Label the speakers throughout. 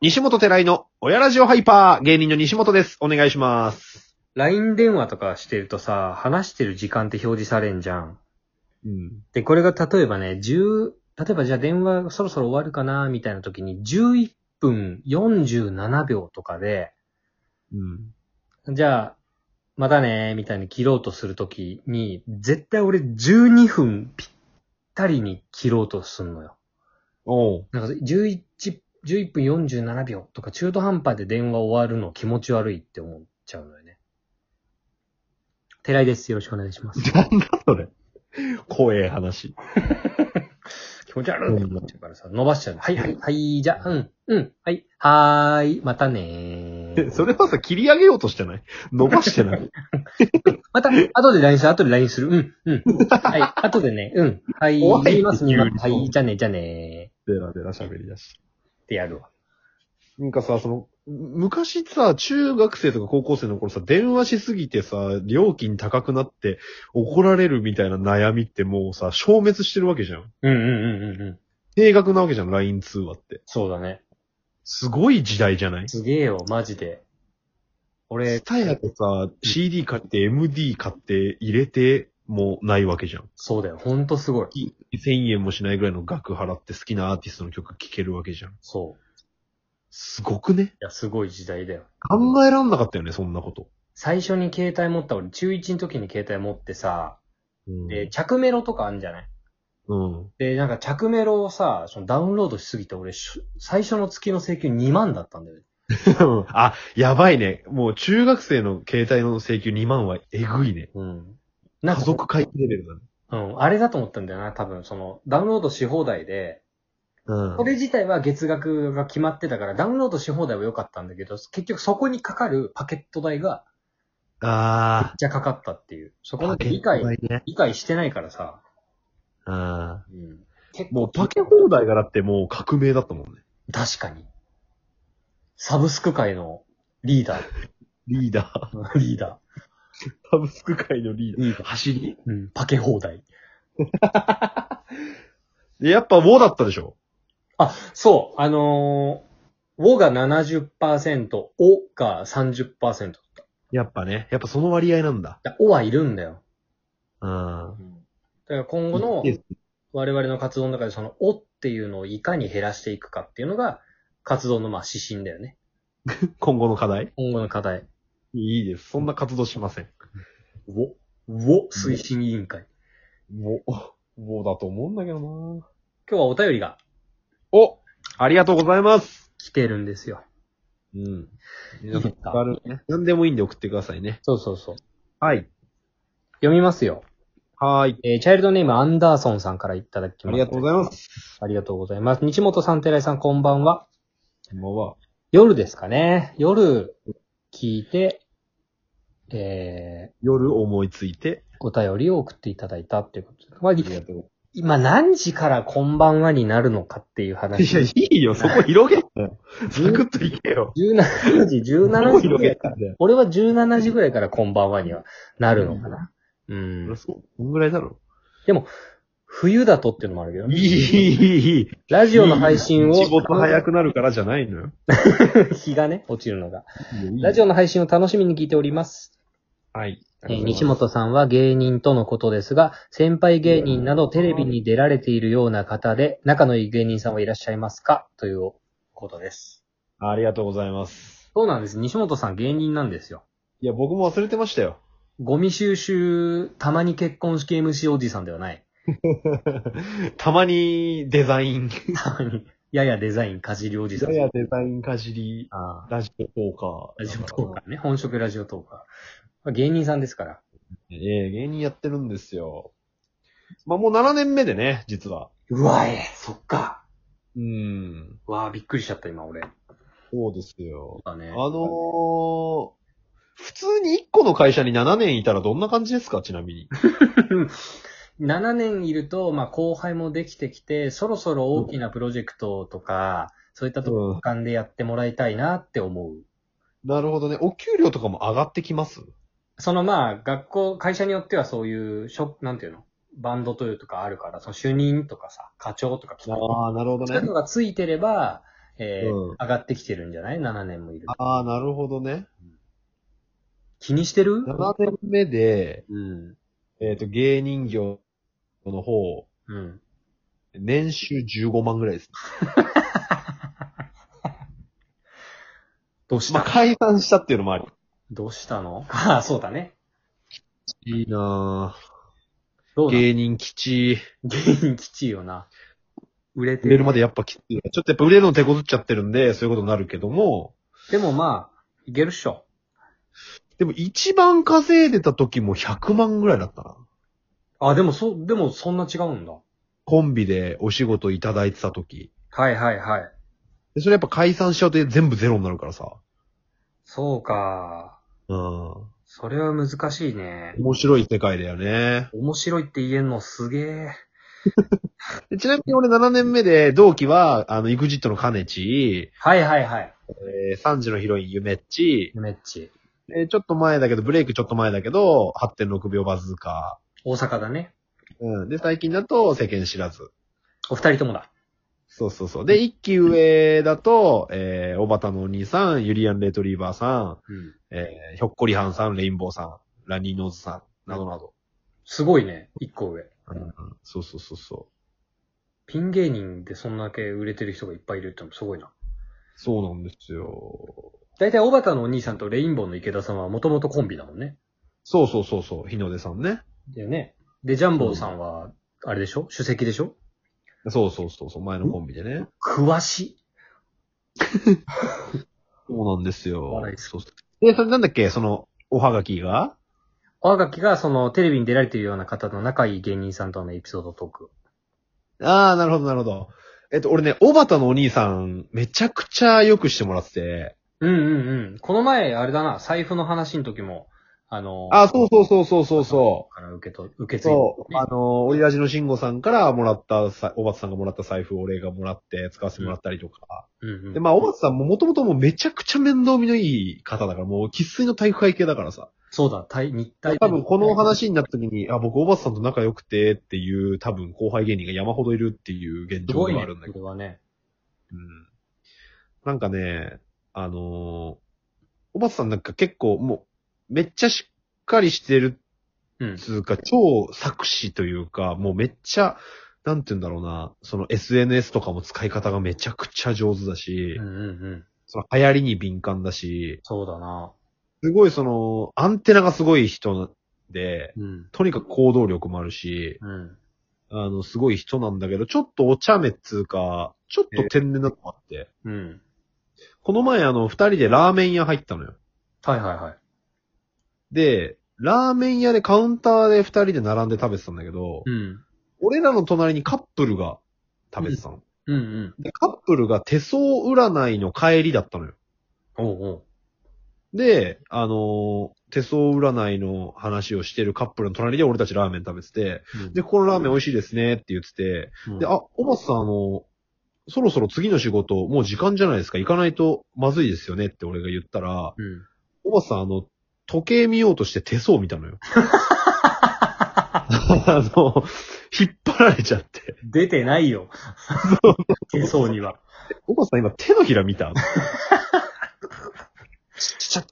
Speaker 1: 西本寺井の親ラジオハイパー、芸人の西本です。お願いします。
Speaker 2: LINE 電話とかしてるとさ、話してる時間って表示されんじゃん。
Speaker 1: うん。
Speaker 2: で、これが例えばね、10、例えばじゃあ電話そろそろ終わるかな、みたいな時に11分47秒とかで、
Speaker 1: うん。
Speaker 2: じゃあ、またね、みたいに切ろうとするときに、絶対俺12分ぴったりに切ろうとすんのよ。
Speaker 1: おう。
Speaker 2: なんか11、11分47秒とか中途半端で電話終わるの気持ち悪いって思っちゃうのよね。寺井です。よろしくお願いします。
Speaker 1: なんだそれ。怖え 話。
Speaker 2: 気持ち悪いって思っちゃうからさ、伸ばしちゃう。はいはい、はい、じゃあ、うん、うん、はい、はーい、またねー。
Speaker 1: それはさ、切り上げようとしてない伸ばしてない
Speaker 2: また、後で LINE する、後で LINE する、うん、うん。はい、後でね、うん、はい、
Speaker 1: 怖い
Speaker 2: 言います、見ます。は
Speaker 1: 急に
Speaker 2: い、じゃね、じゃね
Speaker 1: でらでら喋りだし。
Speaker 2: ー。ってやるわ。
Speaker 1: なんかさ、その、む昔さ、中学生とか高校生の頃さ、電話しすぎてさ、料金高くなって怒られるみたいな悩みってもうさ、消滅してるわけじゃん。
Speaker 2: うん、うん、うん、うん。うん
Speaker 1: 定額なわけじゃん、LINE 通話って。
Speaker 2: そうだね。
Speaker 1: すごい時代じゃない
Speaker 2: すげえよ、マジで。俺、
Speaker 1: スタヤとさ、CD 買って、MD 買って、入れてもないわけじゃん。
Speaker 2: そうだよ、ほんとすごい。
Speaker 1: 1000円もしないぐらいの額払って好きなアーティストの曲聴けるわけじゃん。
Speaker 2: そう。
Speaker 1: すごくね
Speaker 2: いや、すごい時代だよ。
Speaker 1: 考えらんなかったよね、そんなこと。
Speaker 2: 最初に携帯持った、俺、中1の時に携帯持ってさ、
Speaker 1: うん。
Speaker 2: で、着メロとかあんじゃない
Speaker 1: うん。
Speaker 2: で、なんか着メロをさ、そのダウンロードしすぎて俺、し最初の月の請求2万だったんだよね。
Speaker 1: あ、やばいね。もう中学生の携帯の請求2万はえぐいね。
Speaker 2: うん。な
Speaker 1: 家
Speaker 2: んか、
Speaker 1: 族会レベルだね。
Speaker 2: うん、あれだと思ったんだよな、多分、その、ダウンロードし放題で、
Speaker 1: うん
Speaker 2: こ。れ自体は月額が決まってたから、ダウンロードし放題は良かったんだけど、結局そこにかかるパケット代が、めっ
Speaker 1: あ
Speaker 2: ちゃかかったっていう。そ
Speaker 1: ー。
Speaker 2: こまで理
Speaker 1: パ
Speaker 2: 解、
Speaker 1: ケ放題ね。
Speaker 2: 理解してないからさ。
Speaker 1: うん。
Speaker 2: うん。結構
Speaker 1: もうパケ放題がだってもう革命だったもんね。
Speaker 2: 確かに。サブスク界のリーダ
Speaker 1: リー ダ
Speaker 2: ー。リーダ
Speaker 1: ー。サブスク界のリー
Speaker 2: ー。リー
Speaker 1: ダー。
Speaker 2: ダー。
Speaker 1: 走り
Speaker 2: うん、パケ放題。
Speaker 1: で、やっぱウォだったでしょ
Speaker 2: あ、そう、あのー、おが70%、おが30%。
Speaker 1: やっぱね。やっぱその割合なんだ。
Speaker 2: だおはいるんだよ。
Speaker 1: うん。
Speaker 2: だから今後の
Speaker 1: いいです
Speaker 2: 我々の活動の中でそのおっていうのをいかに減らしていくかっていうのが活動のまあ指針だよね。
Speaker 1: 今後の課題
Speaker 2: 今後の課題。
Speaker 1: いいです。そんな活動しません。
Speaker 2: お、お推進委員会。
Speaker 1: もう、もうだと思うんだけどな
Speaker 2: 今日はお便りが
Speaker 1: おありがとうございます
Speaker 2: 来てるんですよ。
Speaker 1: うん。
Speaker 2: 皆さん
Speaker 1: 何でもいいんで送ってくださいね。
Speaker 2: そうそうそう。
Speaker 1: はい。
Speaker 2: 読みますよ。
Speaker 1: はーい。
Speaker 2: えーチャイルドネームアンダーソンさんからいただき
Speaker 1: あ
Speaker 2: ま
Speaker 1: り
Speaker 2: した。
Speaker 1: がとうございます。
Speaker 2: ありがとうございます。日本さん、寺井さん、こんばんは。
Speaker 1: こんばんは。
Speaker 2: 夜ですかね。夜聞いて、えー、
Speaker 1: 夜思いついて。
Speaker 2: お便りを送っていただいたっていうことでまあ
Speaker 1: あとうご
Speaker 2: 今何時からこんばんはになるのかっていう
Speaker 1: ざいます。い
Speaker 2: 話。
Speaker 1: や、いいよ。そこ広げんなよ。サクッといけよ。
Speaker 2: 17時、
Speaker 1: そ
Speaker 2: 17
Speaker 1: こ
Speaker 2: 時
Speaker 1: 広
Speaker 2: ぐら
Speaker 1: げ
Speaker 2: いから。
Speaker 1: んだよ。
Speaker 2: 俺は17時ぐらいからこんばんはにはなるのかな。うん。
Speaker 1: そう。こんぐらいだろ。
Speaker 2: 冬だとっていうのもあるけど
Speaker 1: い
Speaker 2: ね。
Speaker 1: い、いい、いい。
Speaker 2: ラジオの配信を、
Speaker 1: 仕事早くなるからじゃないのよ。
Speaker 2: 日がね、落ちるのが。ラジオの配信を楽しみに聞いております。
Speaker 1: はい。
Speaker 2: えー西本さんは芸人とのことですが、先輩芸人などテレビに出られているような方で、仲のいい芸人さんはいらっしゃいますかということです。
Speaker 1: ありがとうございます。
Speaker 2: そうなんです。西本さん芸人なんですよ。
Speaker 1: いや、僕も忘れてましたよ。
Speaker 2: ゴミ収集、たまに結婚式 MC おじさんでは ない。
Speaker 1: たまにデザイン。
Speaker 2: たまに、ややデザインかじりおじさん。
Speaker 1: ややデザインかじり、
Speaker 2: ああ
Speaker 1: ラジオトーカー。
Speaker 2: ラジオトーカーね。本職ラジオトーカー。芸人さんですから。
Speaker 1: ええ芸人やってるんですよ。まあ、もう7年目でね、実は。
Speaker 2: うわえ、そっか。
Speaker 1: うん。
Speaker 2: わあ、びっくりしちゃった、今俺。
Speaker 1: そうですよ。
Speaker 2: だね。
Speaker 1: あのー、普通に1個の会社に7年いたらどんな感じですかちなみに。
Speaker 2: 7年いると、まあ、後輩もできてきて、そろそろ大きなプロジェクトとか、そういったとこ
Speaker 1: うん。
Speaker 2: 間でやってもらいたいなって思う。
Speaker 1: なるほどね。お給料とかも上がってきます
Speaker 2: そのまあ、学校、会社によってはそういう、ショップ、なんていうのバンドというとかあるから、その主任とかさ、課長とか、
Speaker 1: ああ、なるほど
Speaker 2: そういう
Speaker 1: ね
Speaker 2: の。がついてれば、えー
Speaker 1: うん
Speaker 2: 上がってきてるんじゃない ?7 年もいる。
Speaker 1: ああ、なるほどね。
Speaker 2: 気にしてる
Speaker 1: 7年目で、
Speaker 2: うん。
Speaker 1: えっ、と、芸人業の方、
Speaker 2: うん。
Speaker 1: 年収15万ぐらいです。
Speaker 2: どうし
Speaker 1: まあ、
Speaker 2: た
Speaker 1: 解散したっていうのもあり。
Speaker 2: どうしたの ああ、そうだね。
Speaker 1: いいなぁ
Speaker 2: どうだ
Speaker 1: 芸人基地。
Speaker 2: 芸人きちいよな。売れて
Speaker 1: 売れるまでやっぱきつい。ちょっとやっぱ売れるの手こずっちゃってるんで、そういうことになるけども、
Speaker 2: でもまあ、いけるっしょ。
Speaker 1: でも一番稼いでた時も100万ぐらいだったな。
Speaker 2: あ、でもそ、でもそんな違うんだ。
Speaker 1: コンビでお仕事いただいてた時。
Speaker 2: はいはいはい。
Speaker 1: で、それやっぱ解散しちゃうと全部ゼロになるからさ。
Speaker 2: そうか。
Speaker 1: うん。
Speaker 2: それは難しいね。
Speaker 1: 面白い世界だよね。
Speaker 2: 面白いって言えんのすげえ。
Speaker 1: でちなみに俺7年目で同期は、あの、エグジットのカネチ、
Speaker 2: はいはいはい。
Speaker 1: えー、3時のヒロインゆめっち、
Speaker 2: ゆめっち。
Speaker 1: えーちょっと前だけど、ブレイクちょっと前だけど、8.6秒バズーカ。
Speaker 2: 大阪だね。
Speaker 1: うん。で、最近だと世間知らず。
Speaker 2: お二人ともだ。
Speaker 1: そうそうそう。で、一期上だと、えー、おばたのお兄さん、ユリアン・レトリーバーさ
Speaker 2: うん。
Speaker 1: ん、えー、ひょっこりはんさん、レインボーさん、ラニーノーズさん、などなど。
Speaker 2: すごいね。一個上。
Speaker 1: うん、そうそうそうそう。
Speaker 2: ピン芸人でそんだけ売れてる人がいっぱいいるってのもすごいな。
Speaker 1: そうなんですよ。
Speaker 2: だいたい小畑のお兄さんとレインボーの池田さんはもともとコンビだもんね。
Speaker 1: そうそうそうそう、日の出さんね。
Speaker 2: だよね。で、ジャンボーさんは、あれでしょ主席でしょ
Speaker 1: そうそうそう、そう前のコンビでね。
Speaker 2: 詳し
Speaker 1: そうなんですよ。
Speaker 2: はい
Speaker 1: そうそうで、それなんだっけ、その、おはがきが
Speaker 2: おはがきが、その、テレビに出られてるような方の仲いい芸人さんとのエピソードトーク。
Speaker 1: あー、なるほど、なるほど。えっと、俺ね、おばたのお兄さん、めちゃくちゃよくしてもらってて。
Speaker 2: うんうんうん。この前、あれだな、財布の話の時も、あの、
Speaker 1: あー、そうそうそうそうそうそう。
Speaker 2: から受けと、受け継い
Speaker 1: そう。
Speaker 2: ね
Speaker 1: あの、親父の慎吾さんからもらったさ、おばつさんがもらった財布を俺がもらって使わせてもらったりとか。
Speaker 2: うんうん。
Speaker 1: で、まあ、おばつさんももともともうめちゃくちゃ面倒見のいい方だから、もう生粋の体育会系だからさ。
Speaker 2: そうだ、体、日体。
Speaker 1: 多分このお。話になった時に、あ、僕おばつさんと仲良くてっていう、多分後輩芸人が山ほどいるっていう現
Speaker 2: す
Speaker 1: 状
Speaker 2: ご
Speaker 1: で
Speaker 2: い
Speaker 1: はあ
Speaker 2: ね
Speaker 1: るんだ、け
Speaker 2: こ
Speaker 1: ど。
Speaker 2: れはね。
Speaker 1: うん。なんかね、あのーおばつさんなんか結構もう、めっちゃしっかりしてる
Speaker 2: うん。
Speaker 1: つうか、超作詞というか、もうめっちゃ、なんて言うんだろうな、その SNS とかも使い方がめちゃくちゃ上手だし、
Speaker 2: うんうんうん。
Speaker 1: その流行りに敏感だし、
Speaker 2: そうだな。
Speaker 1: すごいその、アンテナがすごい人で、
Speaker 2: うん。
Speaker 1: とにかく行動力もあるし、
Speaker 2: うん。
Speaker 1: あの、すごい人なんだけど、ちょっとお茶目っつうか、ちょっと天然なとこあって、
Speaker 2: うん。
Speaker 1: この前あの、二人でラーメン屋入ったのよ。
Speaker 2: はいはいはい。
Speaker 1: で、ラーメン屋でカウンターで二人で並んで食べてたんだけど、
Speaker 2: うん。
Speaker 1: 俺らの隣にカップルが食べてたの。
Speaker 2: うんうん。
Speaker 1: で、カップルが手相占いの帰りだったのよ。
Speaker 2: おうおう。
Speaker 1: で、あのー手相占いの話をしてるカップルの隣で俺たちラーメン食べてて、
Speaker 2: うん
Speaker 1: で、このラーメン美味しいですねって言ってて、
Speaker 2: うん
Speaker 1: で、あ、おばさんあのそろそろ次の仕事、もう時間じゃないですか、行かないとまずいですよねって俺が言ったら、
Speaker 2: うん。
Speaker 1: おばさんあの、時計見ようとして手相見たのよ。 あの、引っ張られちゃって。
Speaker 2: 出てないよ。手相には。
Speaker 1: おばさん今手のひら見たちょ、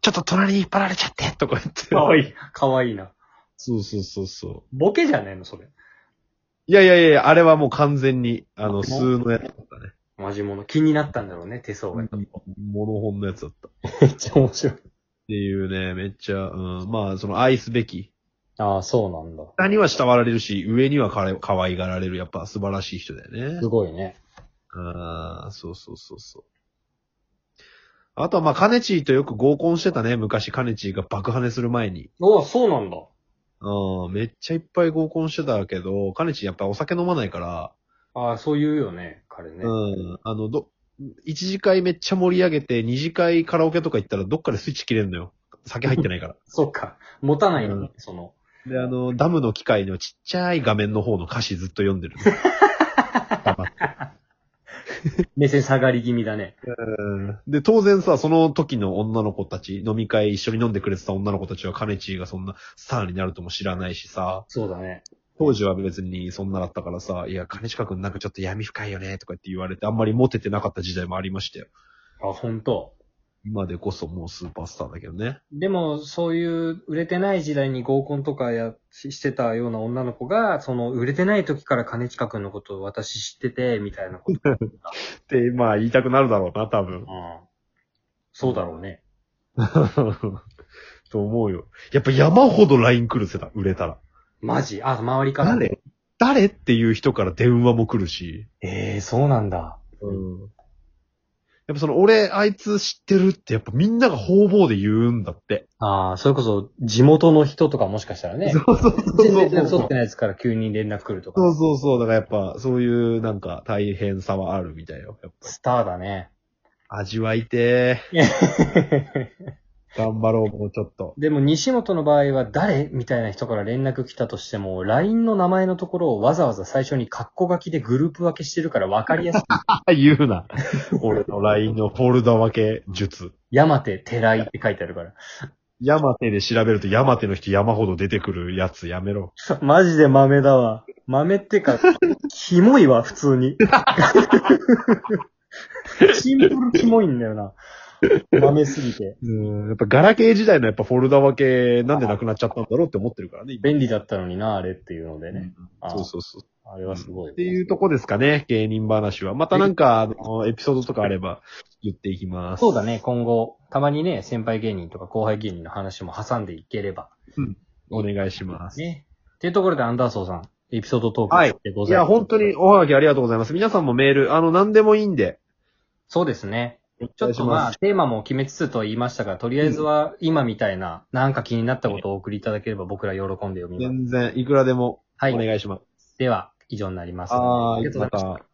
Speaker 1: ちょっと隣に引っ張られちゃってとか言って。
Speaker 2: わいい。かわいいな。
Speaker 1: そうそうそうそう。
Speaker 2: ボケじゃねえの、それ。
Speaker 1: いやいやいや、あれはもう完全に、あの、
Speaker 2: あそ
Speaker 1: 数
Speaker 2: う
Speaker 1: のやつだったね。
Speaker 2: マジモノ。気になったんだろうね、手相が。
Speaker 1: モノホンのやつだった。っ
Speaker 2: めっちゃ面白い。
Speaker 1: ていうね、めっちゃ、うん、まあ、その愛すべき。
Speaker 2: ああ、そうなんだ。
Speaker 1: 下には慕われるし、上にはかれ可愛がられる、やっぱ素晴らしい人だよね。
Speaker 2: すごいね。
Speaker 1: ああ、そうそうそうそう。あとはまあ、カネチーとよく合コンしてたね、昔カネチーが爆跳ねする前に。
Speaker 2: おお、そうなんだ。
Speaker 1: うん、めっちゃいっぱい合コンしてたけど、カネチーやっぱお酒飲まないから、
Speaker 2: ああ、そう言うよね、彼
Speaker 1: う
Speaker 2: ね。
Speaker 1: ん。あの、ど、一次会めっちゃ盛り上げて、二次会カラオケとか行ったらどっかでスイッチ切れんのよ。酒入ってないから。
Speaker 2: そっか。持たないのね、
Speaker 1: う
Speaker 2: その。
Speaker 1: で、あの、ダムの機械のちっちゃい画面の方の歌詞ずっと読んでるの。黙って
Speaker 2: 目線下がり気味だね。
Speaker 1: うんで、当然さ、その時の女の子たち、飲み会一緒に飲んでくれてた女の子たちは、カネチーがそんなスターになるとも知らないしさ、
Speaker 2: そうだね。
Speaker 1: 当時は別にそんなだったからさ、いや、金近くんなんかちょっと闇深いよね、とかって言われて、あんまりモテてなかった時代もありましたよ。
Speaker 2: あ、本当
Speaker 1: 今でこそもうスーパースターだけどね。
Speaker 2: でも、そういう売れてない時代に合コンとかやししてたような女の子が、その売れてない時から金近くんのことを私知ってて、みたい なこと。
Speaker 1: って、まあ言いたくなるだろうな、多分。
Speaker 2: うん、そうだろうね。
Speaker 1: と思うよ。やっぱ山ほど LINE 来るせだ、売れたら。
Speaker 2: マジあ、周りから。
Speaker 1: 誰誰っていう人から電話も来るし。
Speaker 2: ええそうなんだ。
Speaker 1: うん。やっぱその、俺、あいつ知ってるって、やっぱみんなが方々で言うんだって。
Speaker 2: ああ、それこそ地元の人とかもしかしたらね。
Speaker 1: そうそうそうそう
Speaker 2: 全然連絡取ってないやつから急に連絡来るとか。
Speaker 1: そうそうそう。だからやっぱ、そういうなんか大変さはあるみたいよ。やっぱ
Speaker 2: スターだね。
Speaker 1: 味わいてー。頑張ろう、もうちょっと。
Speaker 2: でも西本の場合は誰みたいな人から連絡来たとしても、LINE の名前のところをわざわざ最初にカッコ書きでグループ分けしてるから分かり やすい。
Speaker 1: あ、言うな。俺の LINE のフォルダ分け術。
Speaker 2: 山手、寺井って書いてあるから。
Speaker 1: 山手で調べると山手の人山ほど出てくるやつやめろ。
Speaker 2: マジで豆だわ。豆ってか、キモいわ、普通 に。シンプルキモいんだよな。豆すぎて。
Speaker 1: うん、やっぱガラケー時代のやっぱフォルダ分けなんでなくなっちゃったんだろうって思ってるからね、今
Speaker 2: 便利だったのにな、あれっていうのでね。あ
Speaker 1: そうそうそう。
Speaker 2: あれはすごい。
Speaker 1: っていうとこですかね、芸人話は。またなんか、あの、エピソードとかあれば言っていきます。
Speaker 2: そうだね、今後、たまにね、先輩芸人とか後輩芸人の話も挟んでいければ。
Speaker 1: お願いします。
Speaker 2: ね。っていうところで、アンダーソーさん、エピソードトー
Speaker 1: はい
Speaker 2: クでご
Speaker 1: い
Speaker 2: ざい
Speaker 1: や、
Speaker 2: ます。
Speaker 1: 本当に。おはがきありがとうございます。皆さんもメール、あの、何でもいいんで。
Speaker 2: そうですね。ちょっと
Speaker 1: お願いし
Speaker 2: まあ、テーマも決めつつとは言いましたが、とりあえずは今みたいな、なんか気になったことをお送りいただければ僕ら喜んで読みます。
Speaker 1: 全然、いくらでも、
Speaker 2: は
Speaker 1: お
Speaker 2: い。
Speaker 1: 願いします。
Speaker 2: では、以上になります。
Speaker 1: はーい
Speaker 2: ありがとうございました
Speaker 1: ま。